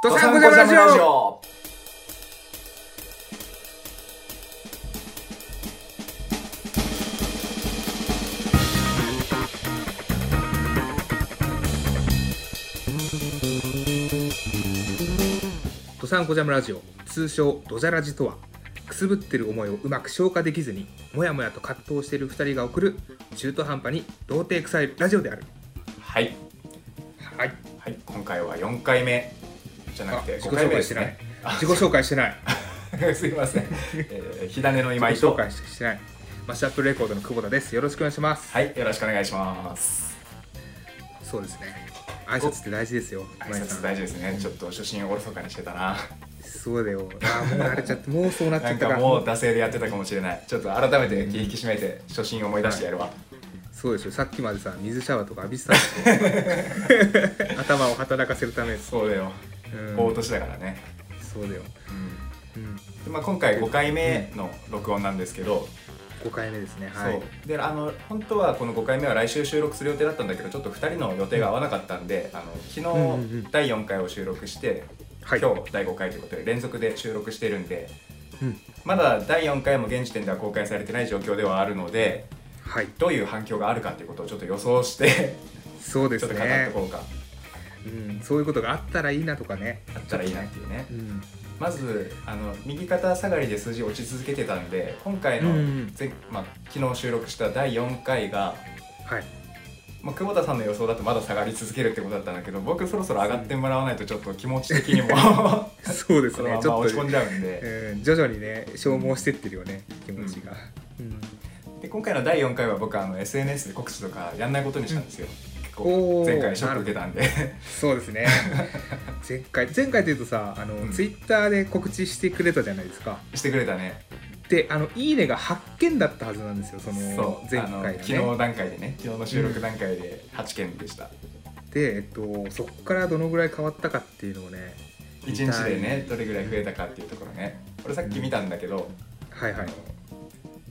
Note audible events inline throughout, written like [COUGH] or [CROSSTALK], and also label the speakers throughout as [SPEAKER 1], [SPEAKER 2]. [SPEAKER 1] ドサンコジャムラジオ
[SPEAKER 2] オ
[SPEAKER 1] ドサンコジャムラジオ通称ドジャラジとはくすぶってる思いをうまく消化できずにもやもやと葛藤している2人が送る中途半端に童貞臭いラジオである
[SPEAKER 2] はい、
[SPEAKER 1] はい
[SPEAKER 2] はい、今回は4回目じゃな
[SPEAKER 1] あ
[SPEAKER 2] くて
[SPEAKER 1] 自己
[SPEAKER 2] 5回
[SPEAKER 1] 紹
[SPEAKER 2] 目で
[SPEAKER 1] 介して
[SPEAKER 2] す
[SPEAKER 1] ない、
[SPEAKER 2] ね
[SPEAKER 1] 自己紹介してない
[SPEAKER 2] [LAUGHS] すいません、えー、火種の今井
[SPEAKER 1] 自己紹
[SPEAKER 2] と
[SPEAKER 1] 介してないマッシュアップレコードの久保田ですよろしくお願いします、
[SPEAKER 2] はい、よろしくお願いします
[SPEAKER 1] そうですね挨拶って大事ですよ
[SPEAKER 2] 挨
[SPEAKER 1] 今井さ
[SPEAKER 2] 拶
[SPEAKER 1] ん
[SPEAKER 2] 大事ですね、ちょっと初心おろそかにしてたな
[SPEAKER 1] そうだよあーもう慣れちゃってもうそうなっち
[SPEAKER 2] な
[SPEAKER 1] ゃっ
[SPEAKER 2] ん
[SPEAKER 1] た
[SPEAKER 2] か
[SPEAKER 1] から
[SPEAKER 2] もう惰性でやってたかもしれないちょっと改めて気引き締めて初心思い出してやるわ、
[SPEAKER 1] そうでしょさっきまでさ水シャワーとか浴びてたで [LAUGHS] しょ頭を働かせるためです、
[SPEAKER 2] そうだよ、
[SPEAKER 1] うん
[SPEAKER 2] ぼーっとしてたからね、
[SPEAKER 1] そうだよ、
[SPEAKER 2] うん
[SPEAKER 1] うん、
[SPEAKER 2] でまあ、今回5回目の録音なんですけど、
[SPEAKER 1] 5回目ですねはい
[SPEAKER 2] そうであの本当はこの5回目は来週収録する予定だったんだけどちょっと2人の予定が合わなかったんであの昨日
[SPEAKER 1] うんうんうん
[SPEAKER 2] 第4回を収録して、
[SPEAKER 1] はい
[SPEAKER 2] 今日第5回ということで連続で収録してるんで
[SPEAKER 1] うん
[SPEAKER 2] まだ第4回も現時点では公開されてない状況ではあるので
[SPEAKER 1] はい
[SPEAKER 2] どういう反響があるかっていうことをちょっと予想して
[SPEAKER 1] そうで
[SPEAKER 2] ちょ
[SPEAKER 1] す
[SPEAKER 2] っと語って
[SPEAKER 1] ね
[SPEAKER 2] いこうか、
[SPEAKER 1] うん、そういうことがあったらいいなとかね
[SPEAKER 2] あったらいいなっていうね
[SPEAKER 1] うん
[SPEAKER 2] まずあの右肩下がりで数字落ち続けてたんで今回の、
[SPEAKER 1] うんうん
[SPEAKER 2] ぜまあ、昨日収録した第4回が
[SPEAKER 1] はい
[SPEAKER 2] まあ、久保田さんの予想だとまだ下がり続けるってことだったんだけど僕そろそろ上がってもらわないとちょっと気持ち的
[SPEAKER 1] [LAUGHS]
[SPEAKER 2] にも
[SPEAKER 1] そうで
[SPEAKER 2] そ
[SPEAKER 1] す
[SPEAKER 2] の
[SPEAKER 1] ね
[SPEAKER 2] ま
[SPEAKER 1] ち
[SPEAKER 2] ま
[SPEAKER 1] ょっ
[SPEAKER 2] 落ち込ん
[SPEAKER 1] と
[SPEAKER 2] じゃうんで
[SPEAKER 1] うん徐々にね消耗してってるよね気持ちがうん
[SPEAKER 2] で今回の第4回は僕あの SNS で告知とかやんないことにしたんですよ、結
[SPEAKER 1] お
[SPEAKER 2] 構
[SPEAKER 1] ー
[SPEAKER 2] 前回ショック受けたんで
[SPEAKER 1] そうですね前回前回というとさあの、
[SPEAKER 2] うん
[SPEAKER 1] ツイッターで告知してくれたじゃないですか
[SPEAKER 2] [LAUGHS] してくれたね
[SPEAKER 1] であの「いいね」が発見だったはずなんですよその
[SPEAKER 2] そう
[SPEAKER 1] 前
[SPEAKER 2] あの
[SPEAKER 1] 回
[SPEAKER 2] 昨日
[SPEAKER 1] のね
[SPEAKER 2] 段階でね昨日の収録段階で8件でした、
[SPEAKER 1] で、えっと、そこからどのぐらい変わったかっていうのをね
[SPEAKER 2] 1日でねどれぐらい増えたかっていうところね俺さっき見たんだけど、
[SPEAKER 1] はいはい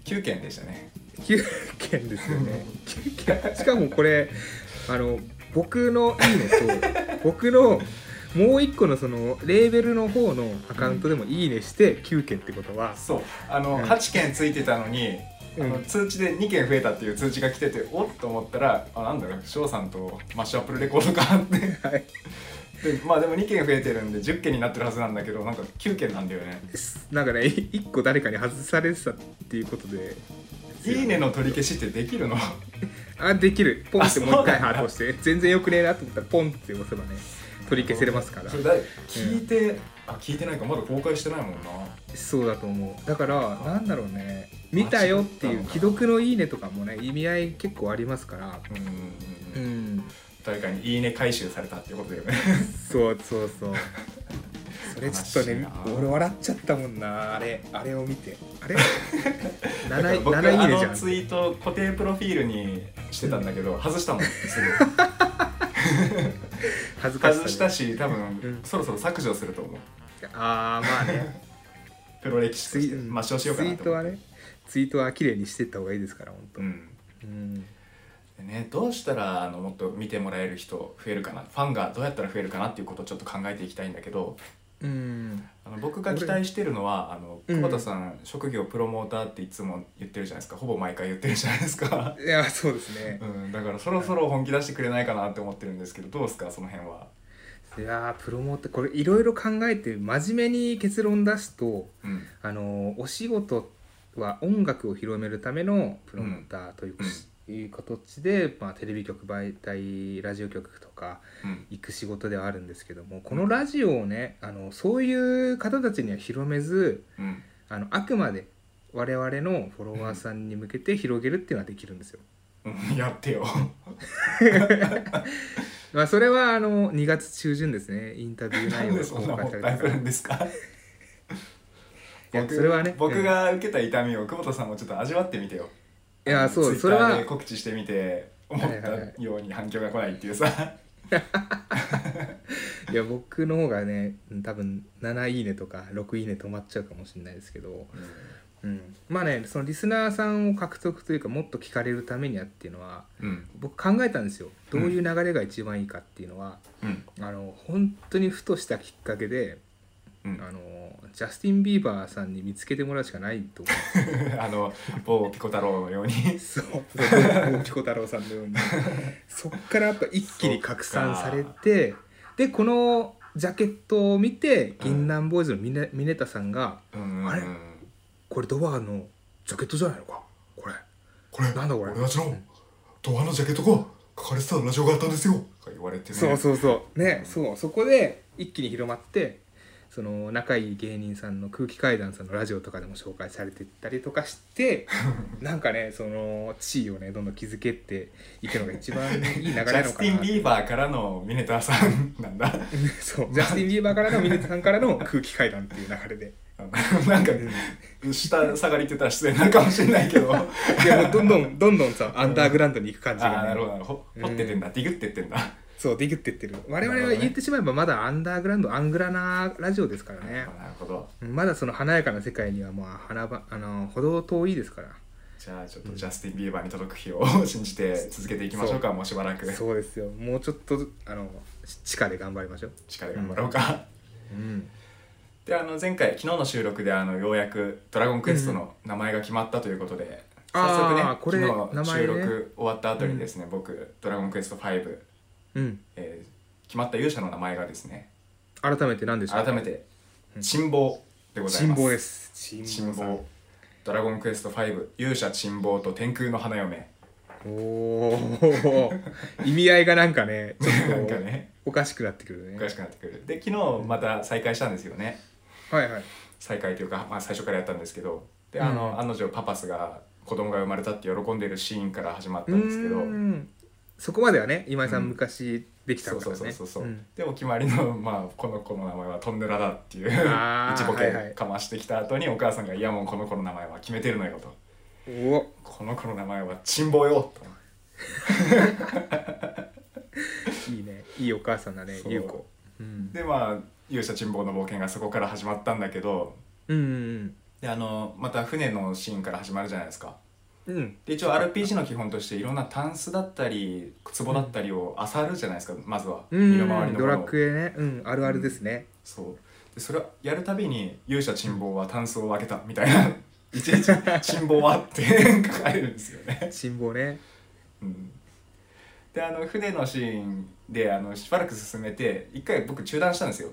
[SPEAKER 2] 9件でしたね
[SPEAKER 1] 9件ですよね9件しかもこれあの僕の「いいね」と僕のもう一個のそのレーベルの方のアカウントでも「いいね」して9件ってことは、
[SPEAKER 2] そうあの、
[SPEAKER 1] うん
[SPEAKER 2] 8件ついてたのにあ
[SPEAKER 1] う
[SPEAKER 2] の
[SPEAKER 1] ん
[SPEAKER 2] 通知で2件増えたっていう通知が来てておっと思ったらあなんだろう翔さんとマッシュアップルレコードかって
[SPEAKER 1] [LAUGHS] はい、
[SPEAKER 2] でまあでも2件増えてるんで10件になってるはずなんだけどなんか9件なんだよね
[SPEAKER 1] なんかね1個誰かに外されてたっていうことで
[SPEAKER 2] 「いいね」の取り消しってできるの
[SPEAKER 1] あできるポンってもう一回
[SPEAKER 2] あそうな
[SPEAKER 1] ハー
[SPEAKER 2] んだ
[SPEAKER 1] ト押して全然よくねえなと思ったらポンって押せばね取り消せれますから
[SPEAKER 2] それだ聞いて、あ聞いてないかまだ公開してないもんな
[SPEAKER 1] そうだと思うだからなんだろうね見たよっていう既読の「いいね」とかもね意味合い結構ありますから
[SPEAKER 2] うんうん
[SPEAKER 1] う
[SPEAKER 2] うん
[SPEAKER 1] ん
[SPEAKER 2] 誰かに「いいね」回収されたっていうことだよね
[SPEAKER 1] [LAUGHS] そうそうそうそれちょっとね
[SPEAKER 2] 悲しいな
[SPEAKER 1] 俺笑っちゃったもんなあれあれを見てあ
[SPEAKER 2] [LAUGHS]
[SPEAKER 1] れ
[SPEAKER 2] だから
[SPEAKER 1] 7,
[SPEAKER 2] 僕あ
[SPEAKER 1] 7いいねじゃ
[SPEAKER 2] の
[SPEAKER 1] ん
[SPEAKER 2] ツイート固定プロフィールにしてたんだけど外したもんすぐ
[SPEAKER 1] [LAUGHS] 恥ずかしさ
[SPEAKER 2] 外
[SPEAKER 1] で
[SPEAKER 2] したし多
[SPEAKER 1] うん
[SPEAKER 2] 分そろそろ削除すると思う
[SPEAKER 1] ああまあ
[SPEAKER 2] [LAUGHS]
[SPEAKER 1] ね
[SPEAKER 2] プロ歴史
[SPEAKER 1] ツ
[SPEAKER 2] と
[SPEAKER 1] イ
[SPEAKER 2] して抹消しようかな
[SPEAKER 1] ツイー
[SPEAKER 2] と
[SPEAKER 1] ト
[SPEAKER 2] 思
[SPEAKER 1] は
[SPEAKER 2] って
[SPEAKER 1] ねツイートは綺麗にしてった方がいいですから本当
[SPEAKER 2] うん
[SPEAKER 1] うん
[SPEAKER 2] でね、どうしたらあのもっと見てもらえる人増えるかなファンがどうやったら増えるかなっていうことをちょっと考えていきたいんだけど
[SPEAKER 1] うん
[SPEAKER 2] あの僕が期待してるのはあの
[SPEAKER 1] うん
[SPEAKER 2] 久保田さん、職業プロモーターっていつも言ってるじゃないですかほぼ毎回言ってるじゃないですか、 [LAUGHS]
[SPEAKER 1] いやそうですね
[SPEAKER 2] うん、だからそろそろ本気出してくれないかなって思ってるんですけどどうですかその辺は、
[SPEAKER 1] いやープロモーターこれいろいろ考えて真面目に結論出すと
[SPEAKER 2] うん
[SPEAKER 1] あのーお仕事は音楽を広めるためのプロモーターという,、いう形で、まあ、テレビ局媒体ラジオ局とか
[SPEAKER 2] うん
[SPEAKER 1] 行く仕事ではあるんですけどもこのラジオをねあのそういう方たちには広めず
[SPEAKER 2] うん、
[SPEAKER 1] あのあくまで我々のフォロワーさんに向けて広げるっていうのはできるんですよ。
[SPEAKER 2] うんやってよ
[SPEAKER 1] まあ、それはあの2月中旬ですねインタビュー
[SPEAKER 2] な
[SPEAKER 1] 内
[SPEAKER 2] ん
[SPEAKER 1] 容
[SPEAKER 2] で
[SPEAKER 1] が
[SPEAKER 2] そん
[SPEAKER 1] 公
[SPEAKER 2] なも
[SPEAKER 1] 開
[SPEAKER 2] っ
[SPEAKER 1] され
[SPEAKER 2] た
[SPEAKER 1] た
[SPEAKER 2] いぶ
[SPEAKER 1] から
[SPEAKER 2] るんですか
[SPEAKER 1] いやそれはね
[SPEAKER 2] 僕が受けた痛みを久保田さんもちょっと味わってみてよ
[SPEAKER 1] いやそうそ
[SPEAKER 2] そ
[SPEAKER 1] れ
[SPEAKER 2] れ
[SPEAKER 1] は
[SPEAKER 2] は告知してみて思ったように反響が来ないっていうさ、
[SPEAKER 1] いや僕の方がね多分7いいねとか6いいね止まっちゃうかもしれないですけど、うん、まあねそのリスナーさんを獲得というかもっと聞かれるためにはっていうのは
[SPEAKER 2] うん
[SPEAKER 1] 僕考えたんですよどういう流れが一番いいかっていうのは、
[SPEAKER 2] うん [LAUGHS]
[SPEAKER 1] あの本当にふとしたきっかけで
[SPEAKER 2] うん
[SPEAKER 1] あのジャスティン・ビーバーさんに見つけてもらうしかないと思う
[SPEAKER 2] あの某ピコ太郎のように
[SPEAKER 1] そう大木小太郎さんのようにそっからやっぱ一気に拡散されてでこのジャケットを見て
[SPEAKER 2] う
[SPEAKER 1] 銀
[SPEAKER 2] ん
[SPEAKER 1] 杏ボーイズのミネミネタさんが
[SPEAKER 2] うんうんうん
[SPEAKER 1] あれ「これドバーのジャケットじゃないのかこれ
[SPEAKER 2] これ
[SPEAKER 1] なんだこれ
[SPEAKER 2] 俺たちのドアのジャケットが書かれてたラジオがあったんですよ」とか言われてね
[SPEAKER 1] そうそうそうね
[SPEAKER 2] うん
[SPEAKER 1] そうそこで一気に広まってその仲いい芸人さんの空気階段さんのラジオとかでも紹介されてったりとかして
[SPEAKER 2] [LAUGHS]
[SPEAKER 1] なんかねその地位をねどんどん築けていくのが一番いい流れなの
[SPEAKER 2] ジ
[SPEAKER 1] かな
[SPEAKER 2] ャスティン・ビーバーからのミネタさんなんだ
[SPEAKER 1] [LAUGHS] そうジャスティン・ビーバーからのミネタさんからの空気階段っていう流れで
[SPEAKER 2] [LAUGHS] なんか下下がりって言ったら失礼なのかもしれないけ [LAUGHS] どあ
[SPEAKER 1] いやもうどんどんどんどんさアンダーグラウンドに行く感じ
[SPEAKER 2] あ
[SPEAKER 1] が、
[SPEAKER 2] なるほど
[SPEAKER 1] ね、
[SPEAKER 2] なるほどほ掘ってってんだディグってってんだ
[SPEAKER 1] そうディグってってる我々
[SPEAKER 2] な
[SPEAKER 1] は
[SPEAKER 2] るほどね
[SPEAKER 1] 言ってしまえばまだアンダーグラウンドアングラなラジオですから
[SPEAKER 2] あ
[SPEAKER 1] ね
[SPEAKER 2] なるほど
[SPEAKER 1] まだその華やかな世界にはまあ花ばあのほど遠いですから
[SPEAKER 2] じゃあちょっとジャスティン・ビーバーに届く日を [LAUGHS] 信じて続けていきましょうかもうしばらく
[SPEAKER 1] そうですよもうちょっとあのし地下で頑張りましょう、
[SPEAKER 2] 力頑張ろうか、
[SPEAKER 1] うん、
[SPEAKER 2] であの前回昨日の収録であのようやく「ドラゴンクエスト」の名前が決まったということで、
[SPEAKER 1] あー
[SPEAKER 2] 早速ね
[SPEAKER 1] これ名
[SPEAKER 2] 昨日
[SPEAKER 1] 前ね
[SPEAKER 2] 収録終わった後にですね、僕「ドラゴンクエスト5
[SPEAKER 1] うん」
[SPEAKER 2] えー決まった勇者の名前がですね
[SPEAKER 1] 改めて何でしょう
[SPEAKER 2] 改めて「珍望」でござい
[SPEAKER 1] 辛
[SPEAKER 2] ます
[SPEAKER 1] 抱です辛
[SPEAKER 2] 珍望ドラゴンクエスト5勇者珍望と天空の花嫁
[SPEAKER 1] おお [LAUGHS] 意味合いがなんかねち
[SPEAKER 2] な
[SPEAKER 1] ょ
[SPEAKER 2] ん
[SPEAKER 1] っ
[SPEAKER 2] か
[SPEAKER 1] と
[SPEAKER 2] ね
[SPEAKER 1] おかしくなってくる
[SPEAKER 2] お
[SPEAKER 1] ね
[SPEAKER 2] かしくなってくるで昨日また再開したんですよね
[SPEAKER 1] はいはい
[SPEAKER 2] 再開というか、まあ、最初からやったんですけどであの、
[SPEAKER 1] うん
[SPEAKER 2] 案の定パパスが子供が生まれたって喜んでるシーンから始まった
[SPEAKER 1] うん
[SPEAKER 2] ですけど
[SPEAKER 1] ーんそこまではね今井さ
[SPEAKER 2] うん
[SPEAKER 1] ん昔できた
[SPEAKER 2] そ
[SPEAKER 1] か
[SPEAKER 2] う
[SPEAKER 1] ら
[SPEAKER 2] そ
[SPEAKER 1] ね
[SPEAKER 2] うそうそうそう、
[SPEAKER 1] ん
[SPEAKER 2] でお決まりの、まあ、この子の名前はトンネラだっていう
[SPEAKER 1] あー
[SPEAKER 2] [LAUGHS] 一ボ
[SPEAKER 1] はいは
[SPEAKER 2] ケ
[SPEAKER 1] い
[SPEAKER 2] かましてきた後にお母さんが「いやもうこの子の名前は決めてるのよ」と
[SPEAKER 1] おお
[SPEAKER 2] 「この子の名前は珍望よ」と
[SPEAKER 1] いいねいいお母さんだね
[SPEAKER 2] そう
[SPEAKER 1] 優子うん
[SPEAKER 2] でまあ勇者珍望の冒険がそこから始まったんだけど
[SPEAKER 1] うんうん
[SPEAKER 2] であのまた船のシーンから始まるじゃないですか
[SPEAKER 1] うんうん
[SPEAKER 2] で一応 RPG の基本としていろんなタンスだったり壺だったりを漁るじゃないですかまずは
[SPEAKER 1] うん
[SPEAKER 2] 身の回りの
[SPEAKER 1] ド
[SPEAKER 2] も
[SPEAKER 1] ラ
[SPEAKER 2] のを
[SPEAKER 1] クエね、うん、あるあるですね。
[SPEAKER 2] そうでそれをやるたびに「勇者珍望はタンスを開けた」みたいな [LAUGHS] 「いちいち珍望は」って書かれるんですよね、
[SPEAKER 1] 辛抱ね。
[SPEAKER 2] うん、であの船のシーンであのしばらく進めて一回僕中断したんですよ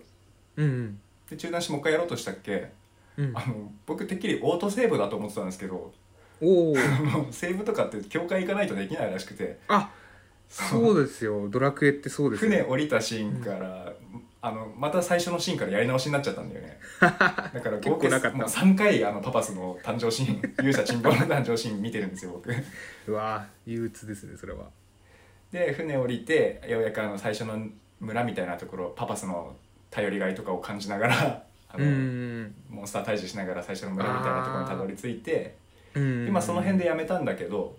[SPEAKER 1] うん
[SPEAKER 2] で中断してもう一回やろうとしたっけ
[SPEAKER 1] うん。うん
[SPEAKER 2] あ、の僕てっきりオートセーブだと思ってたんですけど
[SPEAKER 1] おお。
[SPEAKER 2] あのセーブとかって教会行かないとできないらしくて
[SPEAKER 1] あそうですよ。ドラクエってそうですよ。
[SPEAKER 2] 船降りたシーンから、あのまた最初のシーンからやり直しになっちゃったんだ
[SPEAKER 1] [LAUGHS]
[SPEAKER 2] よねだから合
[SPEAKER 1] 結
[SPEAKER 2] 計
[SPEAKER 1] 構なかった
[SPEAKER 2] もう3回あのパパスの誕生シーン勇者沈没の誕生シーン見てるんですよ僕
[SPEAKER 1] うわー憂鬱ですね、それは。
[SPEAKER 2] で船降りてようやくあの最初の村みたいなところパパスの頼りがいとかを感じな
[SPEAKER 1] [LAUGHS]
[SPEAKER 2] がらあ
[SPEAKER 1] う
[SPEAKER 2] の、
[SPEAKER 1] ん
[SPEAKER 2] モンスター退治しながら最初の村みたいなところにたどり着いて
[SPEAKER 1] うんうん。
[SPEAKER 2] 今その辺でやめたんだけど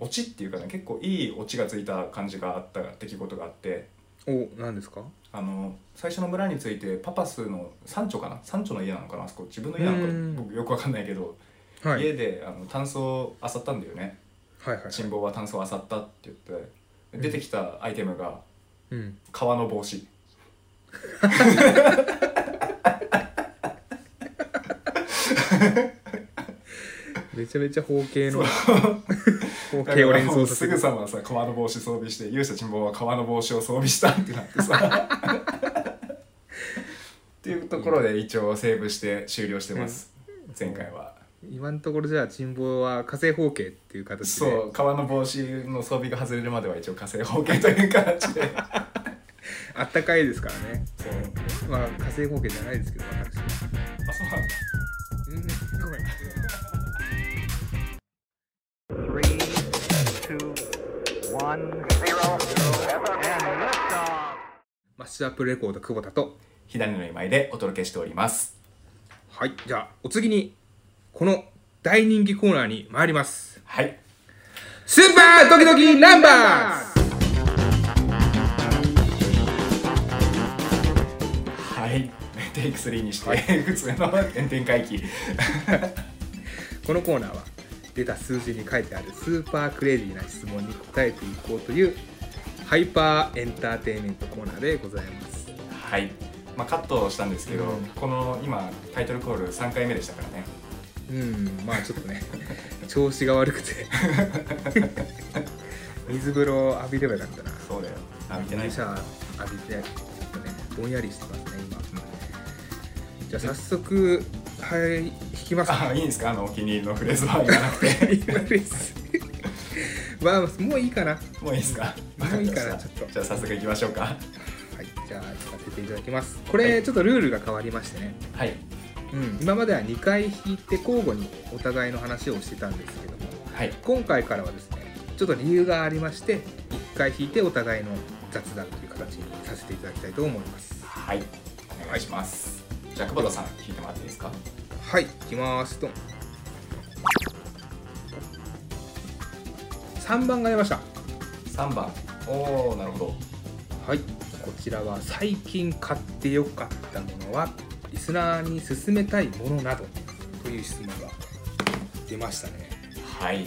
[SPEAKER 2] オチっていうかね結構いいオチがついた感じがあった出来事があって
[SPEAKER 1] お、何ですか
[SPEAKER 2] あの最初の村についてパパスの山頂かな山頂の家なのかなあそこ自分の家なの
[SPEAKER 1] う
[SPEAKER 2] か
[SPEAKER 1] ん
[SPEAKER 2] 僕よくわかんないけど、
[SPEAKER 1] はい。
[SPEAKER 2] 家であの炭素を漁ったんだよね
[SPEAKER 1] はいはいはい。
[SPEAKER 2] 珍望は炭素を漁ったって言って出てきたアイテムが
[SPEAKER 1] うん。
[SPEAKER 2] 革の帽子
[SPEAKER 1] めちゃめちゃ方形
[SPEAKER 2] そ
[SPEAKER 1] の
[SPEAKER 2] う。
[SPEAKER 1] [LAUGHS] 方形を連
[SPEAKER 2] も
[SPEAKER 1] 想
[SPEAKER 2] う
[SPEAKER 1] さ
[SPEAKER 2] す
[SPEAKER 1] せ
[SPEAKER 2] ぐ
[SPEAKER 1] る。
[SPEAKER 2] さま [LAUGHS] さ革の帽子装備して勇者珍望は革の帽子を装備したってなってさっていうところで一応セーブして終了してます、前回は。
[SPEAKER 1] 今のところじゃあ、珍望は火星方形っていう形
[SPEAKER 2] そ
[SPEAKER 1] で
[SPEAKER 2] う革の帽子の装備が外れるまでは一応火星方形という形で
[SPEAKER 1] あったかいですからね。
[SPEAKER 2] そう
[SPEAKER 1] まあ火星方形じゃないですけど、私は。
[SPEAKER 2] あそうなんだ
[SPEAKER 1] うん、ごめん。
[SPEAKER 3] Three, two, one, zero, and liftoff.
[SPEAKER 1] マッシュアップレコード久保田と。
[SPEAKER 2] 左の今井でお届けしております
[SPEAKER 1] はい、じゃあお次にこの大人気コーナーに参ります
[SPEAKER 2] はい
[SPEAKER 1] スーパードキドキナンバーズ
[SPEAKER 2] はいテイク3にして、普通の炎天回帰
[SPEAKER 1] このコーナーは出た数字に書いてあるスーパークレイジーな質問に答えていこうというハイパーエンターテインメントコーナーでございます
[SPEAKER 2] はい、まあ、カットしたんですけど、
[SPEAKER 1] うん
[SPEAKER 2] この今タイトルコール3回目でしたからね
[SPEAKER 1] うんまあちょっとね調子が悪くて [LAUGHS] 水風呂浴びればよかったな
[SPEAKER 2] そうだよあ見てない
[SPEAKER 1] シャワー浴びてちょっとねぼんやりしてますね今じゃあ早速はい引きます
[SPEAKER 2] あいいんですかあのお気に入りのフレーズは言わなくて
[SPEAKER 1] です。 [LAUGHS] まあ、もういいかな。は
[SPEAKER 2] [LAUGHS] もういいですか
[SPEAKER 1] もういいから
[SPEAKER 2] わりました
[SPEAKER 1] ちょっと
[SPEAKER 2] じゃあ早速行きましょうか
[SPEAKER 1] い、じゃあ、聞かせていただきます。これ、ちょっとルールが変わりましてね。
[SPEAKER 2] はい
[SPEAKER 1] うん、今までは2回引いて交互にお互いの話をしてたんですけども、
[SPEAKER 2] はい
[SPEAKER 1] 今回からはですね、ちょっと理由がありまして、1回引いてお互いの雑談という形にさせていただきたいと思います。
[SPEAKER 2] はいお願いしますじゃあ久保田さん聞いてもらっていいですか
[SPEAKER 1] はい、行きますと。3番が出ました。
[SPEAKER 2] 3番おおなるほど
[SPEAKER 1] はい、こちらは最近買ってよかったものはリスナーに勧めたいものなどという質問が出ましたね。
[SPEAKER 2] はい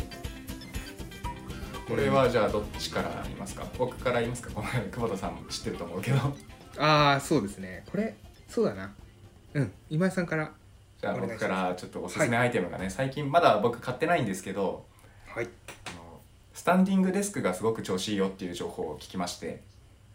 [SPEAKER 2] これはじゃあどっちから言いますか僕から言いますかこの久保田さんも知ってると思う
[SPEAKER 1] [LAUGHS]
[SPEAKER 2] けど
[SPEAKER 1] ああ、そうですね。これそうだな。うん、今井さんから。
[SPEAKER 2] じゃあ
[SPEAKER 1] お願いし
[SPEAKER 2] 僕
[SPEAKER 1] ます
[SPEAKER 2] からちょっとおすすめアイテムがね、最近まだ僕買ってないんですけど
[SPEAKER 1] はい。
[SPEAKER 2] あのスタンディングデスクがすごく調子いいよっていう情報を聞きまして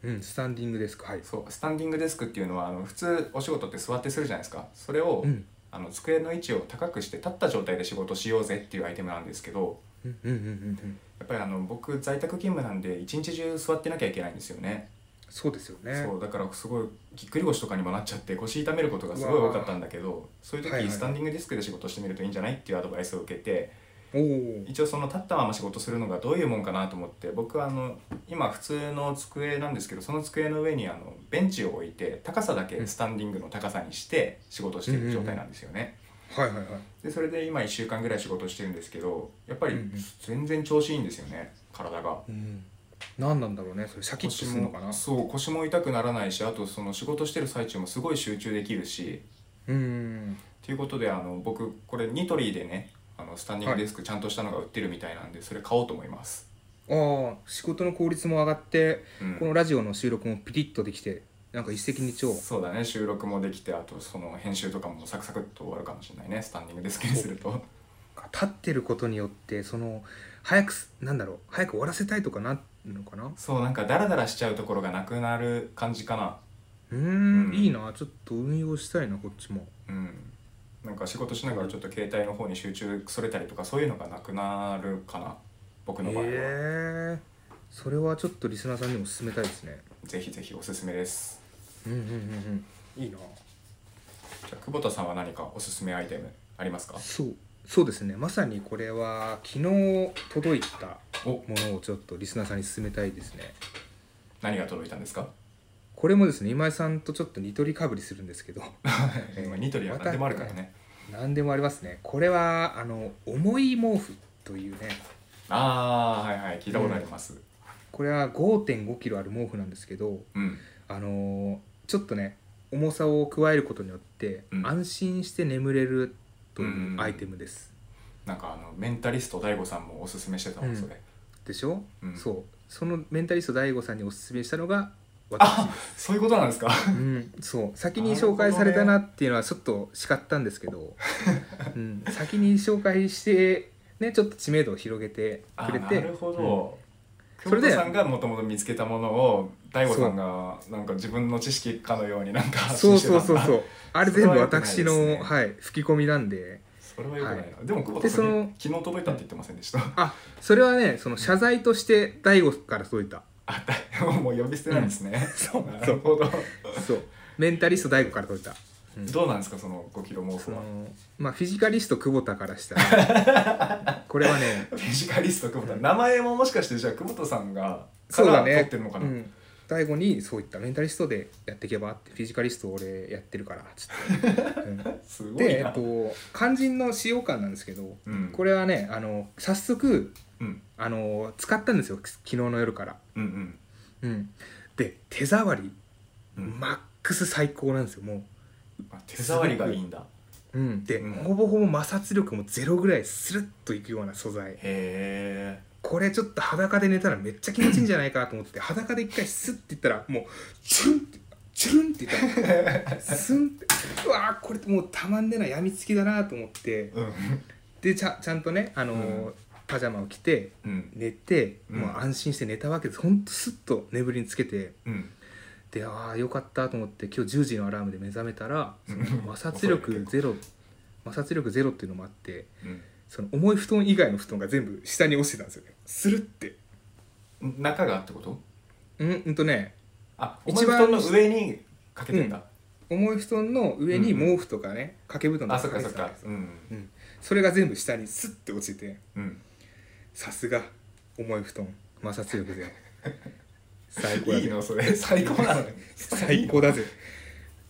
[SPEAKER 1] うん、スタンディングデスク。はい。
[SPEAKER 2] そうスタンディングデスクっていうのはあの普通お仕事って座ってするじゃないですかそれを、
[SPEAKER 1] うん、
[SPEAKER 2] あの机の位置を高くして立った状態で仕事しようぜっていうアイテムなんですけど
[SPEAKER 1] うん、うん、うん、うん。
[SPEAKER 2] やっぱりあの僕在宅勤務なんで一日中座ってなきゃいけないんですよね
[SPEAKER 1] そうですよね。
[SPEAKER 2] そうだからすごいぎっくり腰とかにもなっちゃって腰痛めることがすごい多かったんだけどそういう時、
[SPEAKER 1] はいはい
[SPEAKER 2] スタンディングデスクで仕事してみるといいんじゃないっていうアドバイスを受けて
[SPEAKER 1] おお。
[SPEAKER 2] 一応その立ったまま仕事するのがどういうもんかなと思って僕はあの今普通の机なんですけどその机の上にあのベンチを置いて高さだけスタンディングの高さにして仕事してる状態なんですよね。
[SPEAKER 1] はい、はい、はい。
[SPEAKER 2] でそれで今1週間ぐらい仕事してるんですけどやっぱ
[SPEAKER 1] う
[SPEAKER 2] り
[SPEAKER 1] んうん
[SPEAKER 2] 全然調子いいんですよね体が。
[SPEAKER 1] うん。なんなんだろうね。それシャキッと
[SPEAKER 2] 腰
[SPEAKER 1] するのかな
[SPEAKER 2] も。そう腰も痛くならないしあとその仕事してる最中もすごい集中できるし
[SPEAKER 1] うん。
[SPEAKER 2] ということであの僕これニトリでねあのスタンディングデスクちゃんとしたのが売ってるみたいなんでそれ買おうと思います。
[SPEAKER 1] ああ、仕事の効率も上がって、
[SPEAKER 2] うん
[SPEAKER 1] このラジオの収録もピリッとできて、なんか一石二鳥。
[SPEAKER 2] そうだね収録もできてあとその編集とかもサクサクっと終わるかもしれないねスタンディングデスクにすると
[SPEAKER 1] 立ってることによってその早くすなんだろう早く終わらせたいとかなんのかな
[SPEAKER 2] [LAUGHS] そうなんかダラダラしちゃうところがなくなる感じかな
[SPEAKER 1] うーん
[SPEAKER 2] うん
[SPEAKER 1] いいなちょっと運用したいなこっちも
[SPEAKER 2] うんなんか仕事しながらちょっと携帯の方に集中それたりとかそういうのがなくなるかな僕の場合は、
[SPEAKER 1] ええそれはちょっとリスナーさんにも勧めたいですね
[SPEAKER 2] ぜひぜひおすすめです
[SPEAKER 1] うんうんうんうんいいな
[SPEAKER 2] じゃあ久保田さんは何かおすすめアイテムありますか
[SPEAKER 1] そうそうですねまさにこれは昨日届いた
[SPEAKER 2] お
[SPEAKER 1] ものをちょっとリスナーさんに勧めたいですね
[SPEAKER 2] 何が届いたんです
[SPEAKER 1] [LAUGHS]
[SPEAKER 2] か
[SPEAKER 1] これもですね今井さんとちょっとニトリかぶりするんですけど
[SPEAKER 2] 今ニトリは何でもあるからね、
[SPEAKER 1] 何でもありますねこれはあの重い毛布というね
[SPEAKER 2] ああはいはい聞いたことあります
[SPEAKER 1] これは5 5キロある毛布なんですけど、
[SPEAKER 2] うん、
[SPEAKER 1] あのーちょっとね重さを加えることによって、
[SPEAKER 2] うん
[SPEAKER 1] 安心して眠れると
[SPEAKER 2] うん
[SPEAKER 1] い
[SPEAKER 2] うん
[SPEAKER 1] うアイテムです、
[SPEAKER 2] なんかあのメンタリスト DAIGO さんもおすすめしてたもんそれ、
[SPEAKER 1] でしょ、
[SPEAKER 2] うん
[SPEAKER 1] そうそのメンタリスト DAIGO さんにおすすめしたのが私で
[SPEAKER 2] そういうことなんで
[SPEAKER 1] [LAUGHS]
[SPEAKER 2] すか
[SPEAKER 1] す、うん、そう先に紹介されたなっていうのはちょっと叱ったんですけどうん、先に紹介してねちょっと知名度を広げて
[SPEAKER 2] あ
[SPEAKER 1] くれ
[SPEAKER 2] な
[SPEAKER 1] て
[SPEAKER 2] るほど、
[SPEAKER 1] うん
[SPEAKER 2] 久保
[SPEAKER 1] それ
[SPEAKER 2] 田
[SPEAKER 1] で
[SPEAKER 2] さんがもともと見つけたものを大悟さんがなんか自分の知識かのようになんか [LAUGHS] 発
[SPEAKER 1] そ
[SPEAKER 2] 信
[SPEAKER 1] う
[SPEAKER 2] して
[SPEAKER 1] そ
[SPEAKER 2] た
[SPEAKER 1] うそうそ
[SPEAKER 2] んだ
[SPEAKER 1] うあれ全
[SPEAKER 2] そ
[SPEAKER 1] 部
[SPEAKER 2] れは良くないです
[SPEAKER 1] 私の、
[SPEAKER 2] ね
[SPEAKER 1] はい吹き込みなんで
[SPEAKER 2] それはよくないな、
[SPEAKER 1] は
[SPEAKER 2] でも久保田さ
[SPEAKER 1] でそ
[SPEAKER 2] ん
[SPEAKER 1] の
[SPEAKER 2] 昨日届いたって言ってません
[SPEAKER 1] [LAUGHS]
[SPEAKER 2] でした
[SPEAKER 1] あそれはねその謝罪として大悟から届いた
[SPEAKER 2] あ大悟もう呼び捨てなんですね、
[SPEAKER 1] そう
[SPEAKER 2] なるほど
[SPEAKER 1] そうメンタリスト大悟から届いた、うん
[SPEAKER 2] どうなんですかその5キロ妄
[SPEAKER 1] そ
[SPEAKER 2] 想は
[SPEAKER 1] のまあフィジカリスト久保田からしたら
[SPEAKER 2] [LAUGHS]
[SPEAKER 1] これはね
[SPEAKER 2] フィジカリスト久保田名前ももしかしてじゃあ久保田さんがか
[SPEAKER 1] そう
[SPEAKER 2] ら
[SPEAKER 1] だ
[SPEAKER 2] 取っ
[SPEAKER 1] ね
[SPEAKER 2] てるのかな、
[SPEAKER 1] うん大悟にそういったメンタリストでやっていけばってフィジカリスト俺やってるからつって、うん
[SPEAKER 2] [LAUGHS] すごい
[SPEAKER 1] でえ
[SPEAKER 2] な
[SPEAKER 1] っと肝心の使用感なんですけど
[SPEAKER 2] うん
[SPEAKER 1] これはねあの早速
[SPEAKER 2] うん
[SPEAKER 1] あの使ったんですよ昨日の夜から、
[SPEAKER 2] うんうん
[SPEAKER 1] うん、で手触り
[SPEAKER 2] うん
[SPEAKER 1] マックス最高なんですよもう
[SPEAKER 2] あ手触りがいいんだ
[SPEAKER 1] うん、で、
[SPEAKER 2] うん
[SPEAKER 1] ほぼほぼ摩擦力もゼロぐらいスルッといくような素材
[SPEAKER 2] へえ
[SPEAKER 1] これちょっと裸で寝たらめっちゃ気持ちいいんじゃないかと思って裸で一回スッていったらもうチュルンってチュルンっていったのスンってうわーこれもうたまんねえなやみつきだなと思って
[SPEAKER 2] うん
[SPEAKER 1] でちゃちゃんとねあのー
[SPEAKER 2] うん
[SPEAKER 1] パジャマを着て
[SPEAKER 2] うん
[SPEAKER 1] 寝て、
[SPEAKER 2] うん
[SPEAKER 1] もう安心して寝たわけですほんとスッと眠りにつけて
[SPEAKER 2] うん
[SPEAKER 1] でああよかったと思って今日10時のアラームで目覚めたら
[SPEAKER 2] うん
[SPEAKER 1] 摩擦力
[SPEAKER 2] 遅
[SPEAKER 1] ゼロ摩擦力ゼロっていうのもあって
[SPEAKER 2] うん
[SPEAKER 1] その重い布団以外の布団が全部下に落ちてたんですよねスルって
[SPEAKER 2] 中がってこと
[SPEAKER 1] うんうんとね
[SPEAKER 2] あお前
[SPEAKER 1] 一
[SPEAKER 2] 布
[SPEAKER 1] 番
[SPEAKER 2] 団の上にかけてんだ、
[SPEAKER 1] 重い布団の上に毛布とかね掛け布団と
[SPEAKER 2] あ
[SPEAKER 1] か
[SPEAKER 2] そっ
[SPEAKER 1] かけ
[SPEAKER 2] かそ
[SPEAKER 1] て
[SPEAKER 2] った
[SPEAKER 1] わ
[SPEAKER 2] か
[SPEAKER 1] けです
[SPEAKER 2] う
[SPEAKER 1] よ
[SPEAKER 2] ん
[SPEAKER 1] それが全部下にスッて落ちてて
[SPEAKER 2] うん
[SPEAKER 1] さすが重い布団摩擦力ゼ
[SPEAKER 2] [LAUGHS]
[SPEAKER 1] ロ最高だ
[SPEAKER 2] いい
[SPEAKER 1] ぜ
[SPEAKER 2] のそれ [LAUGHS] 最高なのね
[SPEAKER 1] 最高だぜ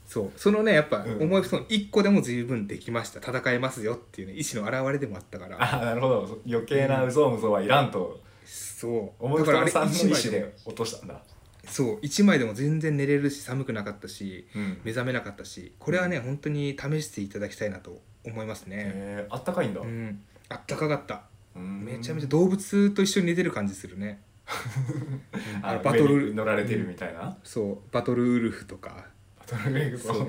[SPEAKER 1] そうそのねやっぱ
[SPEAKER 2] うん
[SPEAKER 1] 重い布団1個でも十分できました戦えますよっていうね意思の表れでもあったから
[SPEAKER 2] あなるほど余計なうぞうぞはいらんと
[SPEAKER 1] そう
[SPEAKER 2] 思い布団さんの意
[SPEAKER 1] 一
[SPEAKER 2] 思
[SPEAKER 1] 枚でも
[SPEAKER 2] で落としたんだ
[SPEAKER 1] そう一枚でも全然寝れるし寒くなかったし
[SPEAKER 2] うん
[SPEAKER 1] 目覚めなかったしこれはね本当に試していただきたいなと思いますね、
[SPEAKER 2] えー、あったかいんだ、
[SPEAKER 1] うんあったかかった
[SPEAKER 2] うん
[SPEAKER 1] めちゃめちゃ動物と一緒に寝てる感じする
[SPEAKER 2] [LAUGHS]
[SPEAKER 1] ねうんあ
[SPEAKER 2] あ
[SPEAKER 1] のバ
[SPEAKER 2] バト
[SPEAKER 1] ト
[SPEAKER 2] ル
[SPEAKER 1] ル
[SPEAKER 2] 乗られてるみたいな、
[SPEAKER 1] そうバトルウルフとか
[SPEAKER 2] バトルメイク
[SPEAKER 1] そ,、
[SPEAKER 2] そ
[SPEAKER 1] [LAUGHS]
[SPEAKER 2] う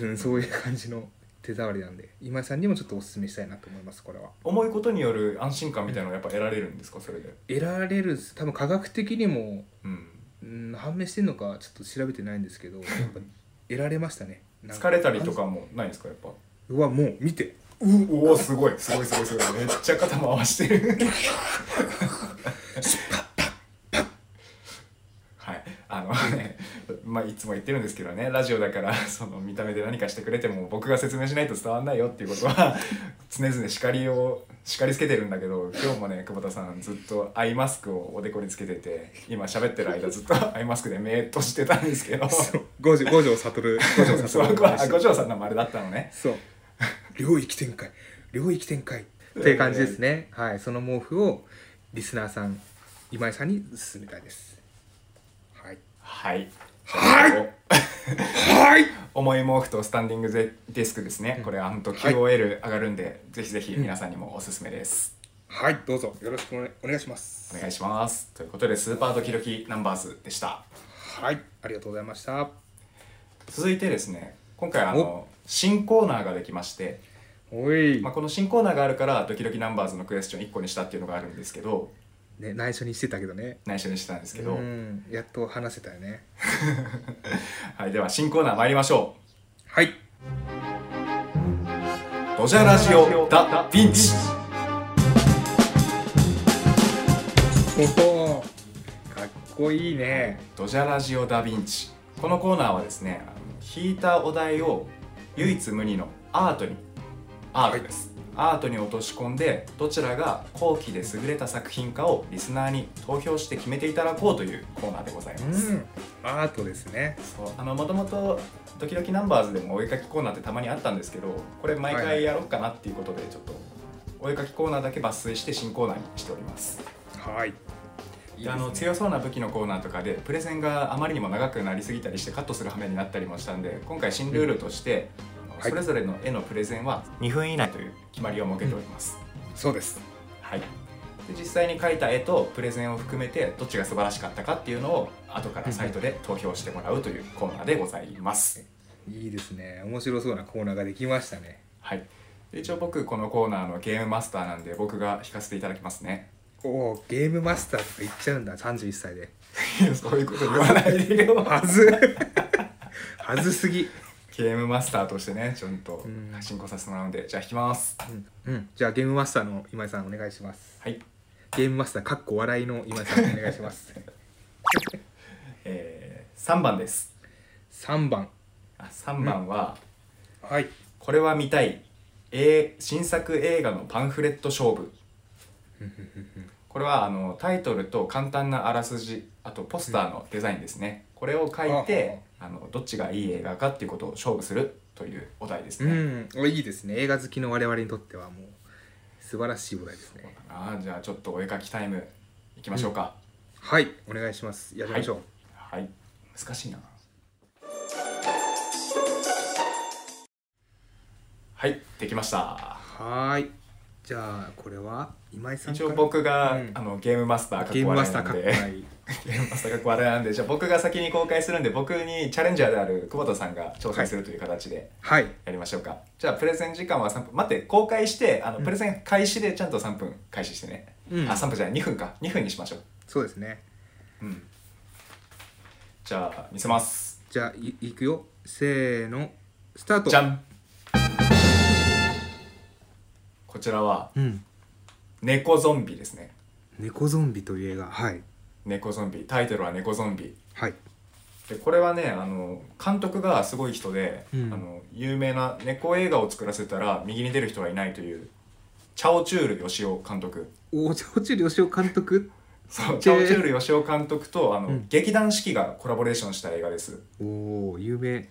[SPEAKER 1] うん、そういう感じの手触りなんで今井さんにもちょっとおすすめしたいなと思いますこれは
[SPEAKER 2] 重いことによる安心感みたいなのをやっぱ得られるんですかそれで
[SPEAKER 1] 得られる多分科学的にも、
[SPEAKER 2] うん
[SPEAKER 1] うん、判明してるのかちょっと調べてないんですけどやっぱ得られましたねなん
[SPEAKER 2] 疲れたりとかもないんですかやっぱ
[SPEAKER 1] うわもう見て
[SPEAKER 2] うおおすごいすごいすごいすごいめっちゃ肩回してるはいあのねまあいつも言ってるんですけどねラジオだからその見た目で何かしてくれても僕が説明しないと伝わんないよっていうことは常々叱りを叱りつけてるんだけど今日もね久保田さんずっとアイマスクをおでこにつけてて今喋ってる間ずっとアイマスクで目閉じてたんですけど
[SPEAKER 1] そう五条五条悟五条 [LAUGHS]
[SPEAKER 2] そう
[SPEAKER 1] 悟
[SPEAKER 2] 僕はあ五条さんの丸だったのね
[SPEAKER 1] そう領域展開領域展開っていう感じですね、はいその毛布をリスナーさん今井さんに勧めたいですはい
[SPEAKER 2] はい。
[SPEAKER 1] はいはい
[SPEAKER 2] 重い毛布とスタンディングゼデスクですね。これ、あの、QOL 上がるんで、ぜひぜひ皆さんにもおすすめです。
[SPEAKER 1] はいどうぞよろしくお願いお願いします
[SPEAKER 2] お願いします。ということで、スーパードキドキナンバーズでした。
[SPEAKER 1] はいありがとうございました
[SPEAKER 2] 続いてですね、今回、あの、新コーナーができまして、
[SPEAKER 1] おい、
[SPEAKER 2] まあ、この新コーナーがあるから、ドキドキナンバーズのクエスチョン1個にしたっていうのがあるんですけど、
[SPEAKER 1] ね内緒にしてたけどね
[SPEAKER 2] 内緒にしてたんですけ
[SPEAKER 1] う
[SPEAKER 2] ど、
[SPEAKER 1] んやっと話せたよね
[SPEAKER 2] はい、では、新コーナー参りましょ
[SPEAKER 1] はい、
[SPEAKER 2] う。ドジャラジオ・ダ・ヴィンチ。
[SPEAKER 1] おおかっこいいね
[SPEAKER 2] ドジャラジオダヴィンチこのコーナーはですねあの引いたお題を唯一無二のアートにアートです、アートに落とし込んでどちらが後期で優れた作品かをリスナーに投票して決めていただこうというコーナーでございうます、
[SPEAKER 1] んアートですね
[SPEAKER 2] そうあのもともと「ドキドキナンバーズ」でもお絵かきコーナーってたまにあったんですけどこれ毎
[SPEAKER 1] はいは
[SPEAKER 2] 回
[SPEAKER 1] い
[SPEAKER 2] やろうかなっていうことでちょっとお絵かきコーナーだけ抜粋して新コーナーにしております
[SPEAKER 1] はい
[SPEAKER 2] であの強そうな武器のコーナーとかでプレゼンがあまりにも長くなりすぎたりしてカットする羽目になったりもしたんで今回新ルールとして、あ
[SPEAKER 1] はい
[SPEAKER 2] のそれぞれの絵のプレゼンは2分以内という決まりを設けております、
[SPEAKER 1] そうです
[SPEAKER 2] はいで実際に描いた絵とプレゼンを含めてどっちが素晴らしかったかっていうのを後からサイトで投票してもらうというコーナーでございます、
[SPEAKER 1] いいですね面白そうなコーナーができましたね
[SPEAKER 2] はい、で一応僕このコーナーのゲームマスターなんで僕が弾かせていただきますね [LAUGHS]
[SPEAKER 1] おおゲームマスターとか言っちゃうんだ31歳で
[SPEAKER 2] いやそういうこと言わないで [LAUGHS] よ
[SPEAKER 1] [LAUGHS] はずはずすぎ、
[SPEAKER 2] ゲームマスターとしてねちゃんと
[SPEAKER 1] うん
[SPEAKER 2] 進行させてもらうのでじゃあ弾きます
[SPEAKER 1] うんうん、じゃあゲームマスターの今井さんお願いします
[SPEAKER 2] はい
[SPEAKER 1] ゲームマスターかっこ笑いの今井さんお願いします [LAUGHS]
[SPEAKER 2] えー、3番です
[SPEAKER 1] 3番
[SPEAKER 2] あ3番は、
[SPEAKER 1] はい
[SPEAKER 2] これは見たい、えー新作映画のパンフレット勝
[SPEAKER 1] [LAUGHS]
[SPEAKER 2] 負これはあのタイトルと簡単なあらすじあとポスターのデザインですね、これを書いてあのどっちがいい映画かっていうことを勝負するというお題です
[SPEAKER 1] う
[SPEAKER 2] ね、
[SPEAKER 1] んおいいですね映画好きの我々にとってはもう素晴らしいお題ですね
[SPEAKER 2] あーじゃあちょっとお絵描きタイムいきましょうか、
[SPEAKER 1] はいお願いしますやりましょう、
[SPEAKER 2] はい難しいなはいできました
[SPEAKER 1] はーいじゃあこれは今井さん
[SPEAKER 2] 一応僕が、
[SPEAKER 1] うん
[SPEAKER 2] あのゲームマスターかっ
[SPEAKER 1] ゲー
[SPEAKER 2] こ
[SPEAKER 1] ムマ
[SPEAKER 2] 悪
[SPEAKER 1] ス
[SPEAKER 2] い
[SPEAKER 1] タ
[SPEAKER 2] な
[SPEAKER 1] ーか
[SPEAKER 2] ん
[SPEAKER 1] っこ
[SPEAKER 2] で
[SPEAKER 1] いい
[SPEAKER 2] ゲームマスターかっこ悪いなんでじゃあ僕が先に公開するんで僕にチャレンジャーである久保田さんが挑戦するという形で
[SPEAKER 1] はい
[SPEAKER 2] やりましょうか、じゃあプレゼン時間は3分待って公開してあのプレゼン開始でちゃんと3分開始してね、
[SPEAKER 1] うん
[SPEAKER 2] あ3分じゃない2分か2分にしましょう
[SPEAKER 1] そうですね
[SPEAKER 2] うんじゃあ見せます
[SPEAKER 1] じゃあいいくよせーのスタート
[SPEAKER 2] じゃんこちらは
[SPEAKER 1] うん
[SPEAKER 2] 「猫ゾンビ」ですね
[SPEAKER 1] 「猫ゾンビ」という映画はい
[SPEAKER 2] 猫ゾンビタイトルは「猫ゾンビ
[SPEAKER 1] はい」
[SPEAKER 2] でこれはねあの監督がすごい人で、
[SPEAKER 1] うん
[SPEAKER 2] あの有名な猫映画を作らせたら右に出る人はいないというチャオチュール吉尾監督
[SPEAKER 1] おじゃ落ちる吉尾監督
[SPEAKER 2] そう
[SPEAKER 1] へー
[SPEAKER 2] チャオチュール吉尾監督とあの、
[SPEAKER 1] うん
[SPEAKER 2] 劇団四季がコラボレーションした映画です
[SPEAKER 1] おお有名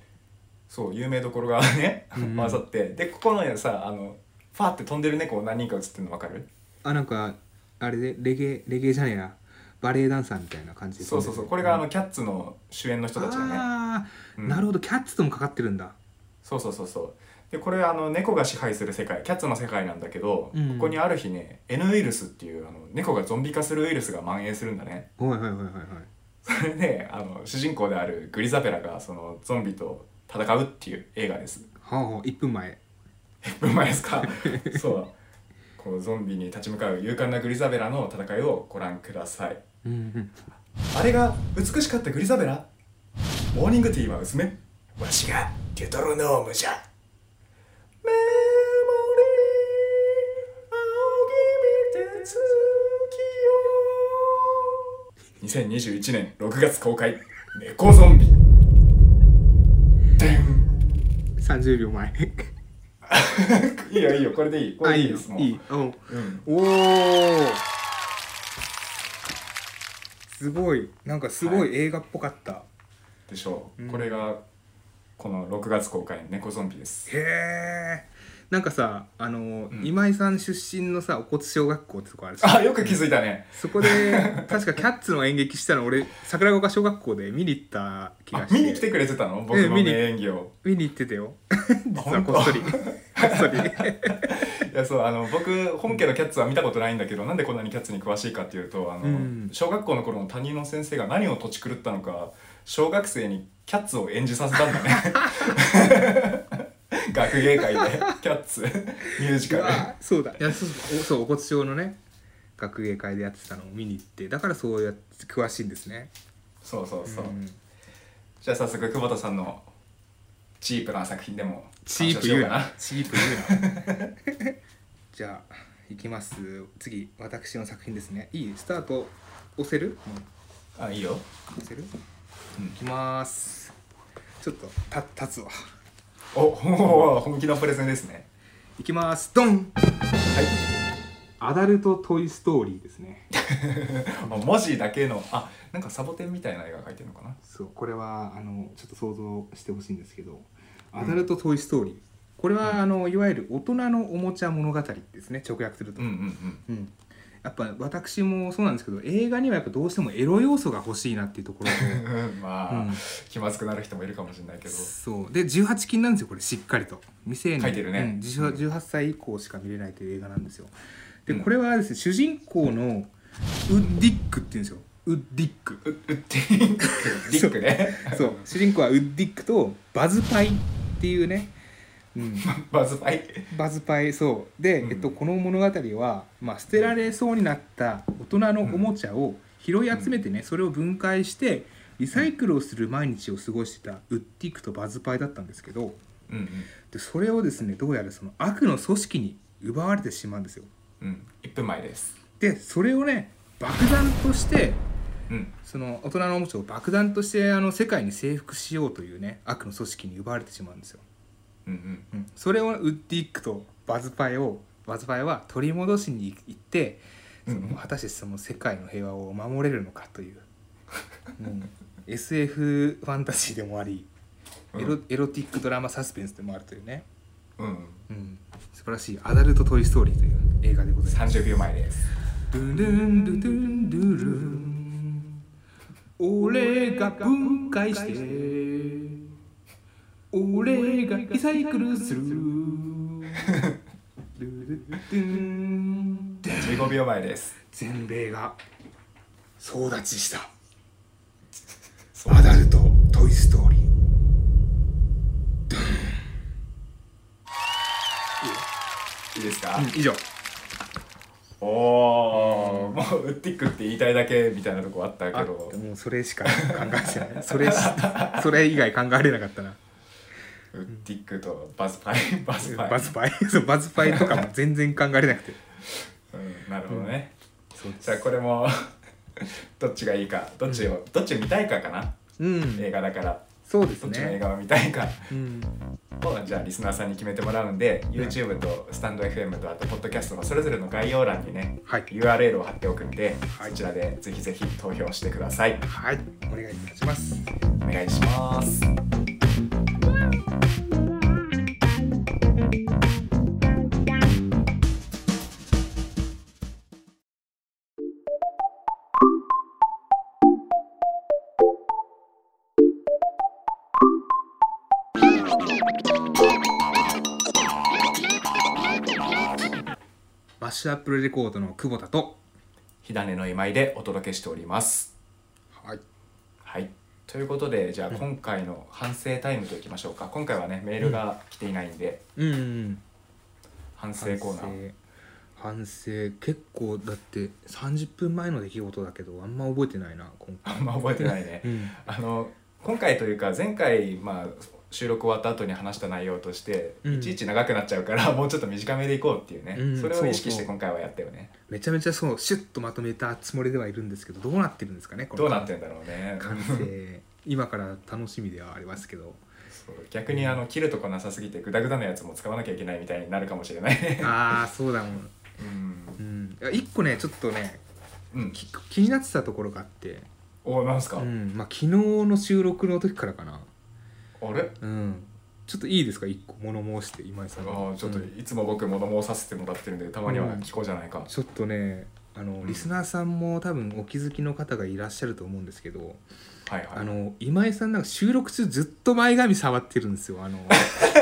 [SPEAKER 2] そう有名どころがね
[SPEAKER 1] うん
[SPEAKER 2] 混ざってでここのさあのファーって飛んでる猫何人か映ってるの分かる
[SPEAKER 1] あなんかあれでレゲエレゲエじゃねえなバレエダンサーみたいな感じで
[SPEAKER 2] そうそうそうこれがあの
[SPEAKER 1] うん
[SPEAKER 2] キャッツの主演の人たちがね
[SPEAKER 1] あー
[SPEAKER 2] うん
[SPEAKER 1] なるほどキャッツともかかってるんだ
[SPEAKER 2] そうそうそうそうでこれあの猫が支配する世界キャッツの世界なんだけど、
[SPEAKER 1] うん
[SPEAKER 2] ここにある日ね N ウイルスっていうあの猫がゾンビ化するウイルスが蔓延するんだね [LAUGHS]
[SPEAKER 1] はいはいはいはいはい
[SPEAKER 2] それであの主人公であるグリザベラがそのゾンビと戦うっていう映画です [LAUGHS]
[SPEAKER 1] はあはあ1分前
[SPEAKER 2] うまいですかそうこうゾンビに立ち向かう勇敢なグリザベラの戦いをご覧ください
[SPEAKER 1] うんうん
[SPEAKER 2] あれが美しかったグリザベラモーニングティーは薄めわしがデュトロノームじゃメモリー青君て月よ2021年6月公開猫ゾンビでん
[SPEAKER 1] 30秒前
[SPEAKER 2] いいよいいよこれでいいこれでいいです
[SPEAKER 1] あ
[SPEAKER 2] もう
[SPEAKER 1] いいよいい
[SPEAKER 2] うん
[SPEAKER 1] うんおおすごいなんかすごい映画っぽかった、
[SPEAKER 2] でしょう、
[SPEAKER 1] うん
[SPEAKER 2] これがこの6月公開の猫ゾンビです
[SPEAKER 1] へえなんかさあの、
[SPEAKER 2] うん
[SPEAKER 1] 今井さん出身のさお骨小学校ってとこあるし
[SPEAKER 2] あよく気づいたね
[SPEAKER 1] そこで確かキャッツの演劇したの俺桜丘小学校で見に行った気
[SPEAKER 2] あ
[SPEAKER 1] がして
[SPEAKER 2] 見に来てくれてたの僕
[SPEAKER 1] ええ
[SPEAKER 2] の
[SPEAKER 1] 見に
[SPEAKER 2] 名演技を
[SPEAKER 1] 見に行ってた
[SPEAKER 2] [LAUGHS]
[SPEAKER 1] よ実は
[SPEAKER 2] 本当
[SPEAKER 1] こっそり
[SPEAKER 2] [LAUGHS]
[SPEAKER 1] こっそり
[SPEAKER 2] いやそうあの僕本家のキャッツは見たことないんだけどなんでこんなにキャッツに詳しいかっていうとあの、
[SPEAKER 1] うん
[SPEAKER 2] 小学校の頃の担任の先生が何をとち狂ったのか小学生にキャッツを演じさせたんだね
[SPEAKER 1] [LAUGHS]
[SPEAKER 2] 学芸会でキャッツミュージカ
[SPEAKER 1] う
[SPEAKER 2] ル
[SPEAKER 1] わそうだいやそうそうおそうお骨小のね学芸会でやってたのを見に行ってだからそうやって詳しいんですね
[SPEAKER 2] そうそうそう、
[SPEAKER 1] ん
[SPEAKER 2] じゃあ早速久保田さんのチープな作品でも
[SPEAKER 1] チープ言うなチープ言うな
[SPEAKER 2] [LAUGHS]
[SPEAKER 1] じゃあ行きます次私の作品ですねいいスタート押せるもう
[SPEAKER 2] あいいよ
[SPEAKER 1] 押せる、
[SPEAKER 2] うん
[SPEAKER 1] いきますちょっとた立つわ
[SPEAKER 2] おお本気のプレゼンですね
[SPEAKER 1] いきますドン
[SPEAKER 2] はい
[SPEAKER 1] アダルト・トイ・ストーリーですね
[SPEAKER 2] あ文字だけのあなんかサボテンみたいな絵が描いてるのかな
[SPEAKER 1] そうこれはあのちょっと想像してほしいんですけど「アダルト・トイ・ストーリー」これはあのいわゆる大人のおもちゃ物語ですね直訳すると、
[SPEAKER 2] うんうんうん
[SPEAKER 1] うんやっぱ私もそうなんですけど映画にはやっぱどうしてもエロ要素が欲しいなっていうところで
[SPEAKER 2] [LAUGHS] まあ、
[SPEAKER 1] うん
[SPEAKER 2] 気まずくなる人もいるかもしれないけど
[SPEAKER 1] そうで18禁なんですよこれしっかりと未成年
[SPEAKER 2] 書いてる
[SPEAKER 1] うん
[SPEAKER 2] ね
[SPEAKER 1] 18 18歳以降しか見れないという映画なんですよで
[SPEAKER 2] うん
[SPEAKER 1] これはですね主人公のウッディックっていうんですよウッディック
[SPEAKER 2] ううってィックリッ
[SPEAKER 1] [LAUGHS]
[SPEAKER 2] クね
[SPEAKER 1] そう主人公はウッディックとバズパイっていうね、うん、
[SPEAKER 2] バズパイ
[SPEAKER 1] バズパイそうで、
[SPEAKER 2] うん
[SPEAKER 1] えっと、この物語は、まあ、捨てられそうになった大人のおもちゃを拾い集めてね、それを分解してリサイクルをする毎日を過ごしてたウッディックとバズパイだったんですけど
[SPEAKER 2] うん
[SPEAKER 1] でそれをですねどうやらその悪の組織に奪われてしまうんですよ
[SPEAKER 2] うんうん1分前です
[SPEAKER 1] でそれをね爆弾として
[SPEAKER 2] うん
[SPEAKER 1] その大人のおもちゃを爆弾としてあの世界に征服しようというね悪の組織に奪われてしまうんですよ
[SPEAKER 2] うんうん
[SPEAKER 1] うんそれをウッディックとバズパイをバズパイは取り戻しに行ってそ
[SPEAKER 2] うん
[SPEAKER 1] の果たしてその世界の平和を守れるのかという、うん、SF ファンタジーでもありエロ,、エロティックドラマサスペンスでもあるというね、
[SPEAKER 2] うん
[SPEAKER 1] うん、素晴らしい「アダルト・トイ・ストーリー」という映画でございます。
[SPEAKER 2] 30秒前です
[SPEAKER 1] ドゥンドゥンドゥンドゥンドゥルン俺が分解して俺がリサイクルするドゥドゥ
[SPEAKER 2] 15秒前です
[SPEAKER 1] 全米が総立ちした
[SPEAKER 2] そう
[SPEAKER 1] アダルトトイ・ストーリー
[SPEAKER 2] いいですか、
[SPEAKER 1] 以上
[SPEAKER 2] おおもうウッディックって言いたいだけみたいなとこあったけど
[SPEAKER 1] もうそれしか考えてないそれしそれ以外考えれなかったな
[SPEAKER 2] ウッディックとバズパイバズパイ
[SPEAKER 1] バズパイ [LAUGHS] そうバズパイとかも全然考えれなくて
[SPEAKER 2] うん、なるほどね、
[SPEAKER 1] そう
[SPEAKER 2] じゃあこれも [LAUGHS] どっちがいいかどっちを、どっちを見たいかかな
[SPEAKER 1] うん
[SPEAKER 2] 映画だから
[SPEAKER 1] そうです
[SPEAKER 2] どっちの映
[SPEAKER 1] ね
[SPEAKER 2] 画を見たいか
[SPEAKER 1] うん
[SPEAKER 2] [LAUGHS] をじゃあリスナーさんに決めてもらうんで、YouTube とスタンド FM とあとポッドキャストのそれぞれの概要欄にね、
[SPEAKER 1] はい
[SPEAKER 2] URL を貼っておくんで、
[SPEAKER 1] はい
[SPEAKER 2] そちらでぜひぜひ投票してください
[SPEAKER 1] はいお願いいたします
[SPEAKER 2] お願いします
[SPEAKER 1] マッシュアップルレコードの久保田と
[SPEAKER 2] 火種の今井でお届けしております
[SPEAKER 1] はい
[SPEAKER 2] はいということでじゃあ今回の反省タイムといきましょうか今回はねメールが来ていないんで、
[SPEAKER 1] うん
[SPEAKER 2] 反省コーナー
[SPEAKER 1] 反省反省結構だって30分前の出来事だけどあんま覚えてないな今
[SPEAKER 2] [LAUGHS] あ
[SPEAKER 1] 回
[SPEAKER 2] んま覚えてないね
[SPEAKER 1] うん
[SPEAKER 2] あの今回というか前回、まあ、収録終わった後に話した内容として、
[SPEAKER 1] うん
[SPEAKER 2] いちいち長くなっちゃうから [LAUGHS] もうちょっと短めでいこうっていうね、
[SPEAKER 1] うん
[SPEAKER 2] それを意
[SPEAKER 1] そ
[SPEAKER 2] 識し
[SPEAKER 1] うそ
[SPEAKER 2] て
[SPEAKER 1] う
[SPEAKER 2] 今回はやったよね、
[SPEAKER 1] めちゃめちゃそうシュッとまとめたつもりではいるんですけどどうなってるんですかねこの
[SPEAKER 2] どうなってんだろうね
[SPEAKER 1] 完成今から楽しみではありますけど
[SPEAKER 2] そう逆にあの切るとこなさすぎてグダグダのやつも使わなきゃいけないみたいになるかもし
[SPEAKER 1] [LAUGHS]
[SPEAKER 2] れない
[SPEAKER 1] ああそうだもん、
[SPEAKER 2] うん
[SPEAKER 1] うん、いや一個ねちょっとね
[SPEAKER 2] うん
[SPEAKER 1] き気になってたところがあって、
[SPEAKER 2] おなんすか、
[SPEAKER 1] うんまあ、昨日の収録の時からかな、
[SPEAKER 2] あれ
[SPEAKER 1] うん、ちょっといいですか一個物申して今井
[SPEAKER 2] あ
[SPEAKER 1] さんに
[SPEAKER 2] ーちょっと
[SPEAKER 1] うん
[SPEAKER 2] いつも僕物申させてもらってるんでたまには聞こうじゃないか、
[SPEAKER 1] ちょっとねあの
[SPEAKER 2] ん
[SPEAKER 1] リスナーさんも多分お気づきの方がいらっしゃると思うんですけど、
[SPEAKER 2] はいはい
[SPEAKER 1] あの今井さんなんか収録中ずっと前髪触ってるんですよあの
[SPEAKER 2] [LAUGHS]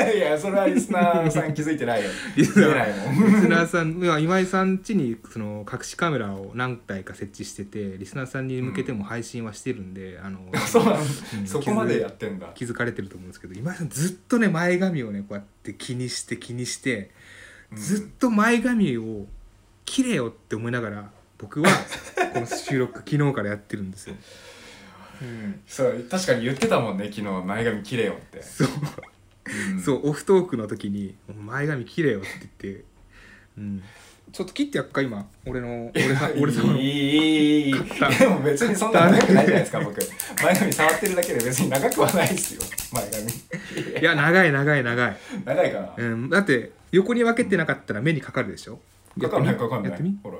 [SPEAKER 1] [LAUGHS]
[SPEAKER 2] いやそれはリスナーさん気づいてないよ
[SPEAKER 1] リ
[SPEAKER 2] 気
[SPEAKER 1] スナー
[SPEAKER 2] づいてないもん
[SPEAKER 1] リ
[SPEAKER 2] [LAUGHS]
[SPEAKER 1] スナーさんいや今井さん家にその隠しカメラを何台か設置しててリスナーさんに向けても配信はしてるんで、あの
[SPEAKER 2] [LAUGHS] そうなん
[SPEAKER 1] うん
[SPEAKER 2] そこまでやってんだ
[SPEAKER 1] 気づかれてると思うんですけど今井さんずっとね前髪をねこうやって気にして気にしてずっと前髪を切れよって思いながら僕は
[SPEAKER 2] [LAUGHS]
[SPEAKER 1] この収録昨日からやってるんですよ。
[SPEAKER 2] そう確かに言ってたもんね昨日前髪切れよって、
[SPEAKER 1] そう
[SPEAKER 2] うん
[SPEAKER 1] そうオフトークの時に「前髪切れよ」って言って、うん、ちょっと切ってやっか今俺の俺
[SPEAKER 2] [LAUGHS]
[SPEAKER 1] さ俺様の
[SPEAKER 2] いいいいいいいいでも別にそんな長くないじゃないですか僕前髪触ってるだけで別に長くはないですよ前髪
[SPEAKER 1] いや長い長い長い、
[SPEAKER 2] 長いかな、
[SPEAKER 1] うん、だって横に分けてなかったら目にかかるでしょ
[SPEAKER 2] かかんないかかん
[SPEAKER 1] や
[SPEAKER 2] な
[SPEAKER 1] って
[SPEAKER 2] い
[SPEAKER 1] み
[SPEAKER 2] ほら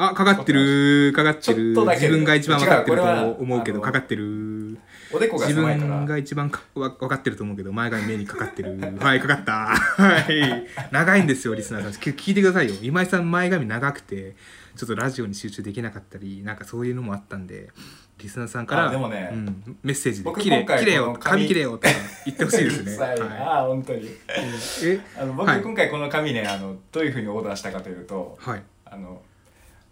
[SPEAKER 1] あかかってるかかってる
[SPEAKER 2] ちょっとだけ
[SPEAKER 1] 自分が一番分かってると
[SPEAKER 2] 違うこれは
[SPEAKER 1] 思うけど
[SPEAKER 2] あの
[SPEAKER 1] かかってる
[SPEAKER 2] おでこが
[SPEAKER 1] 自
[SPEAKER 2] 狭いから
[SPEAKER 1] 分が一番かわ分かってると思うけど前髪目にかかってる [LAUGHS] はいかかったはい長いんですよリスナーさんき聞いてくださいよ今井さん前髪長くてちょっとラジオに集中できなかったりなんかそういうのもあったんでリスナーさんから
[SPEAKER 2] あでもね
[SPEAKER 1] うん、メッセージで「
[SPEAKER 2] 僕
[SPEAKER 1] きれい
[SPEAKER 2] 今回
[SPEAKER 1] きれい
[SPEAKER 2] こ
[SPEAKER 1] よ
[SPEAKER 2] の髪
[SPEAKER 1] 髪きれいよ」とか言ってほしいで
[SPEAKER 2] [LAUGHS]
[SPEAKER 1] すね
[SPEAKER 2] さい
[SPEAKER 1] は
[SPEAKER 2] ああ本当に
[SPEAKER 1] い、え
[SPEAKER 2] あの僕、
[SPEAKER 1] はい
[SPEAKER 2] 今回この髪ねあのどういうふうにオーダーしたかというと
[SPEAKER 1] はい
[SPEAKER 2] あの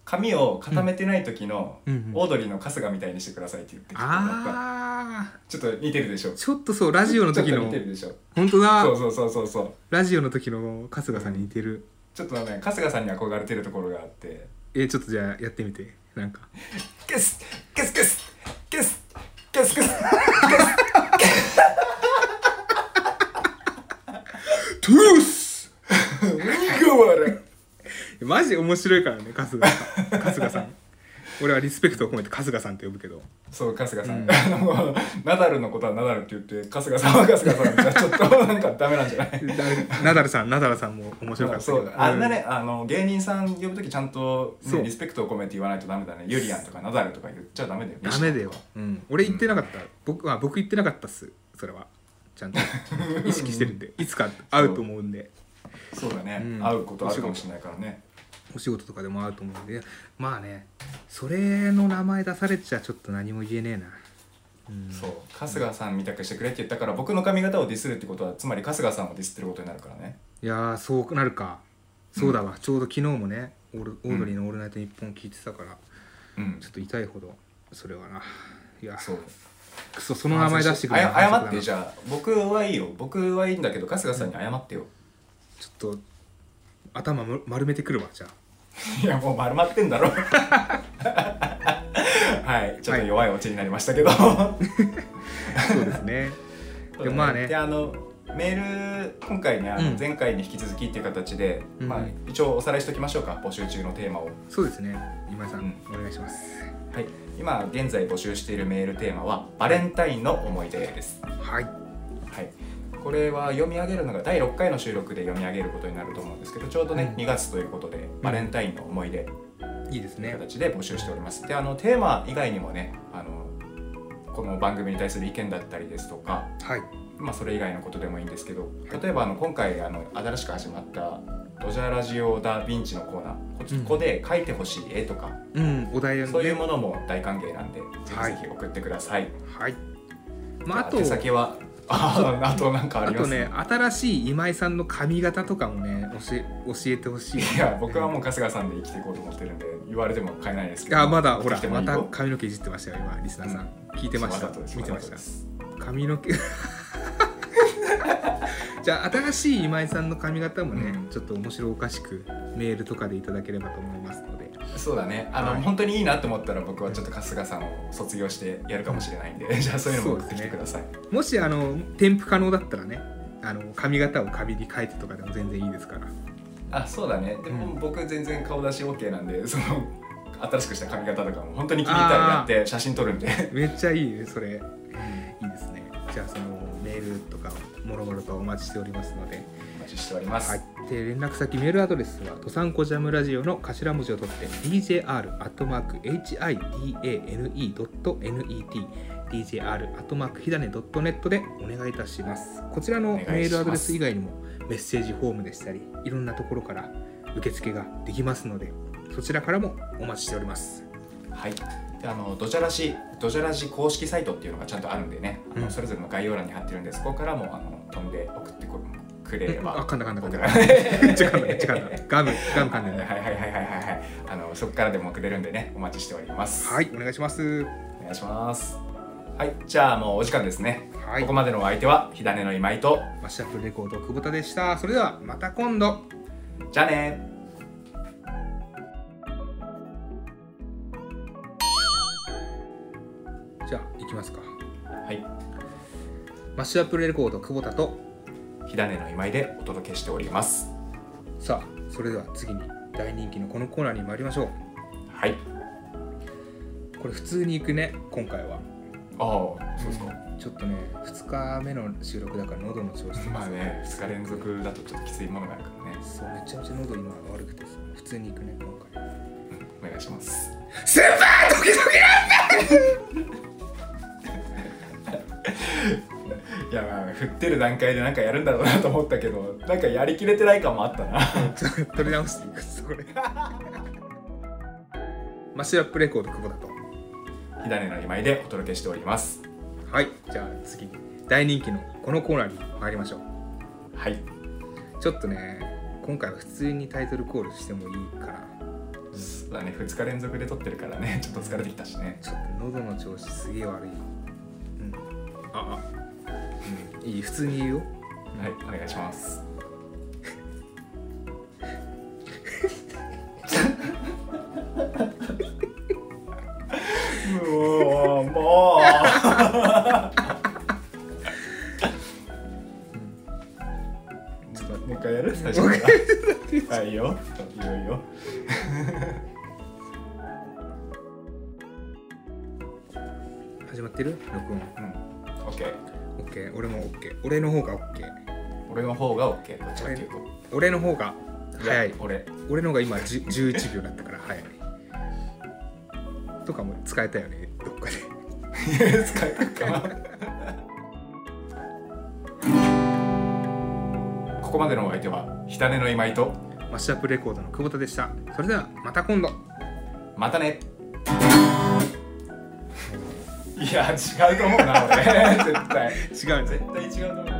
[SPEAKER 2] 髪を固めてない時の、
[SPEAKER 1] うんうんうん
[SPEAKER 2] オードリーの春日みたいにしてくださいって言ってきてもらった
[SPEAKER 1] あー
[SPEAKER 2] ちょっと似てるでしょ
[SPEAKER 1] ちょっとそうラジオの時
[SPEAKER 2] ちょっと
[SPEAKER 1] の
[SPEAKER 2] 似てるでしょ
[SPEAKER 1] 本当だ
[SPEAKER 2] そうそうそうそうそう
[SPEAKER 1] ラジオの時の春日さんに似てる
[SPEAKER 2] ちょっとね春日さんに憧れてるところがあって
[SPEAKER 1] えちょっとじゃあやってみてなんか
[SPEAKER 2] 「ケスケスケスケスケスケス
[SPEAKER 1] 「トゥース!」
[SPEAKER 2] 麦わら
[SPEAKER 1] マジ面白いからね春日さ [LAUGHS] ん春日さん俺はリスペクトを込めて春日さんって呼ぶけど」
[SPEAKER 2] そう春日さん、
[SPEAKER 1] うん
[SPEAKER 2] あのナダルのことはナダルって言って春日さんは春日さんじゃちょっとなんかダメなんじゃない
[SPEAKER 1] だナダルさんナダルさんも面白かったけ
[SPEAKER 2] そ
[SPEAKER 1] ど
[SPEAKER 2] うあんなね、あの芸人さん呼ぶ時ちゃんと、
[SPEAKER 1] そ
[SPEAKER 2] ね、
[SPEAKER 1] う
[SPEAKER 2] リスペクトを込めて言わないとダメだねユリアンとかナダルとか言っちゃダメだよ
[SPEAKER 1] うんダメだよ、うん、俺言ってなかった、僕は僕言ってなかったっすそれはちゃんと意識してる [LAUGHS] んでいつか会うと思うんで
[SPEAKER 2] そうだね、
[SPEAKER 1] うん
[SPEAKER 2] 会うことあるかもしれないからね
[SPEAKER 1] お仕事とかでも会うと思うんでまあねそれの名前出されちゃちょっと何も言えねえな
[SPEAKER 2] そう春日さんみたくしてくれって言ったから僕の髪型をディスるってことはつまり春日さんをディスってることになるからね
[SPEAKER 1] いやーそうなるかそうだわちょうど昨日もねオールオードリーの「オールナイトニッポン」聞いてたから、
[SPEAKER 2] うん
[SPEAKER 1] ちょっと痛いほどそれはないや
[SPEAKER 2] そう
[SPEAKER 1] クソその名前出してくれ
[SPEAKER 2] あや謝ってじ
[SPEAKER 1] ゃ
[SPEAKER 2] ゃあ僕はいいよ僕はいいんだけど春日さんに謝ってよ
[SPEAKER 1] ちょっと頭む丸めてくるわじゃあ
[SPEAKER 2] いやもう丸まってん [LAUGHS] だろはいちょっと弱いオチになりましたけど、
[SPEAKER 1] そうです
[SPEAKER 2] [LAUGHS]
[SPEAKER 1] ねでもまあね
[SPEAKER 2] であのメール今回ねあの
[SPEAKER 1] うん
[SPEAKER 2] 前回に引き続きっていう形で、
[SPEAKER 1] うん
[SPEAKER 2] まあ、一応おさらいしておきましょうか募集中のテーマを、
[SPEAKER 1] そうですね今井さん、
[SPEAKER 2] うん
[SPEAKER 1] お願いします
[SPEAKER 2] はい、今現在募集しているメールテーマは「バレンタインの思い出」です、
[SPEAKER 1] はい
[SPEAKER 2] はい、これは読み上げるのが第6回の収録で読み上げることになると思うんですけどちょうどね、
[SPEAKER 1] うん
[SPEAKER 2] 2月ということでバレンタインの思い出
[SPEAKER 1] いいです
[SPEAKER 2] という
[SPEAKER 1] ね
[SPEAKER 2] 形で募集しております。であのテーマ以外にもねあのこの番組に対する意見だったりですとか、
[SPEAKER 1] はい
[SPEAKER 2] まあ、それ以外のことでもいいんですけど例えばあの今回あの新しく始まった「ドジャラジオ・ダ・ヴィンチ」のコーナーこ
[SPEAKER 1] うん
[SPEAKER 2] ここで描いてほしい絵とか、
[SPEAKER 1] うんお題をね
[SPEAKER 2] そういうものも大歓迎なんで、ぜひ
[SPEAKER 1] はい
[SPEAKER 2] ぜひ送ってください。
[SPEAKER 1] はいまああと
[SPEAKER 2] じゃ宛先はああとなんかあ
[SPEAKER 1] あ
[SPEAKER 2] りま
[SPEAKER 1] と
[SPEAKER 2] す
[SPEAKER 1] ね新しい今井さんの髪型とかもね教え教えてほしい
[SPEAKER 2] いや僕はもう春日さんで生きていこうと思ってるんで言われても変えないですけど
[SPEAKER 1] あまだ
[SPEAKER 2] 生
[SPEAKER 1] ほ
[SPEAKER 2] き
[SPEAKER 1] ら
[SPEAKER 2] てきても
[SPEAKER 1] ま
[SPEAKER 2] いいよ
[SPEAKER 1] た髪の毛いじってましたよ今リスナーさん、聞いてました
[SPEAKER 2] わざとです
[SPEAKER 1] 見てま
[SPEAKER 2] わざ
[SPEAKER 1] し
[SPEAKER 2] と
[SPEAKER 1] た
[SPEAKER 2] です
[SPEAKER 1] 髪の毛 [LAUGHS] じゃあ新しい今井さんの髪型もね、
[SPEAKER 2] うん
[SPEAKER 1] ちょっと面白おかしくメールとかでいただければと思いますので
[SPEAKER 2] そうだねあの、
[SPEAKER 1] はい
[SPEAKER 2] 本当にいいなと思ったら僕はちょっと春日さんを卒業してやるかもしれない
[SPEAKER 1] [LAUGHS]
[SPEAKER 2] んで、じゃあそういうのも送ってきてください、
[SPEAKER 1] もしあの添付可能だったらねあの髪型を髪に変えてとかでも全然いいですから
[SPEAKER 2] あそうだねでも、
[SPEAKER 1] うん
[SPEAKER 2] 僕全然顔出し OK なんでその新しくした髪型とかも本当に気に入ったらやって写真撮るんで
[SPEAKER 1] めっちゃいいねそれいいですねじゃあそのメールとかをもろもろとお待ちしておりますので
[SPEAKER 2] お待ちしております、
[SPEAKER 1] はい、で連絡先メールアドレスは「とさんこジャムラジオ」の頭文字を取って djr.hidane.net djr.hidane.net でお願いいたしますこちらの
[SPEAKER 2] お
[SPEAKER 1] メ
[SPEAKER 2] 願いし
[SPEAKER 1] ー
[SPEAKER 2] ます
[SPEAKER 1] ルアドレス以外にもメッセージフォームでしたりいろんなところから受付ができますのでそちらからもお待ちしており
[SPEAKER 2] [LAUGHS]
[SPEAKER 1] ます
[SPEAKER 2] はいであのドジャラシドジャラジ公式サイトっていうのがちゃんとあるんでね、あ
[SPEAKER 1] うん
[SPEAKER 2] のそれぞれの概要欄に貼ってるんでそこからもあの飛んで送ってこくれれば、
[SPEAKER 1] あ噛んだ噛んだ噛んだ
[SPEAKER 2] 僕ら
[SPEAKER 1] めっちゃ噛んだめっちゃ噛んだガムガム噛ん
[SPEAKER 2] [LAUGHS]
[SPEAKER 1] だ
[SPEAKER 2] はいはい
[SPEAKER 1] ね
[SPEAKER 2] はいはいはいはいあのそこからでも送れるんでねお待ちしております
[SPEAKER 1] はいお願いします
[SPEAKER 2] お願いしますはいじゃあもうお時間ですね、
[SPEAKER 1] はい
[SPEAKER 2] ここまでのお相手は火種の今井と
[SPEAKER 1] マッシュアップレコード久保田でしたそれではまた今度
[SPEAKER 2] じゃあね
[SPEAKER 1] じゃあ行きますか
[SPEAKER 2] はい
[SPEAKER 1] マッシュアップレコード久保田と
[SPEAKER 2] 火種の今井でお届けしております
[SPEAKER 1] さあそれでは次に大人気のこのコーナーに参りましょう
[SPEAKER 2] はい
[SPEAKER 1] これ普通に行くね今回は
[SPEAKER 2] ああそうですか、
[SPEAKER 1] ちょっとね2日目の収録だから喉の調子
[SPEAKER 2] まあね2日連続だとちょっときついものがあるからね、
[SPEAKER 1] そうめちゃめちゃ喉今悪くてさ普通に行くね今回
[SPEAKER 2] うん、お願いします
[SPEAKER 1] 先輩時々
[SPEAKER 2] いやまあ振ってる段階でなんかやるんだろうなと思ったけどなんかやりきれてない感もあったな
[SPEAKER 1] ちょっと取り直していくそこれ [LAUGHS] マッシュアップレコード久保田と
[SPEAKER 2] [LAUGHS] 火種の今井でお届けしております
[SPEAKER 1] はいじゃあ次に大人気のこのコーナーに参りましょう
[SPEAKER 2] はい
[SPEAKER 1] ちょっとね今回は普通にタイトルコールしてもいいかな
[SPEAKER 2] そうだね2日連続で撮ってるからねちょっと疲れてきたしね
[SPEAKER 1] ちょっと喉の調子すげえ悪い。うん。ああ。うん。いい、普通に言うよ。
[SPEAKER 2] はいお願いしますうおーも
[SPEAKER 1] ちょっと待
[SPEAKER 2] うも
[SPEAKER 1] っ
[SPEAKER 2] う
[SPEAKER 1] て
[SPEAKER 2] 一回やる最初からはいいいよいいよいいよ
[SPEAKER 1] 始まってる録音。
[SPEAKER 2] うん OK
[SPEAKER 1] オッケー。俺もオッケー。俺の方がオッケー。
[SPEAKER 2] 俺の方が OK どっちかっていうと
[SPEAKER 1] 俺の方が早い
[SPEAKER 2] や。俺
[SPEAKER 1] 俺の方が今じゅ11秒だったから早い。とかも使えたよね、どっかで。
[SPEAKER 2] 使えたかここまでのお相手は火種の今井と
[SPEAKER 1] マッシュアップレコードの久保田でした。それではまた今度。
[SPEAKER 2] またねいや違うと思うな俺絶対
[SPEAKER 1] 違うね。
[SPEAKER 2] 絶対違うと思う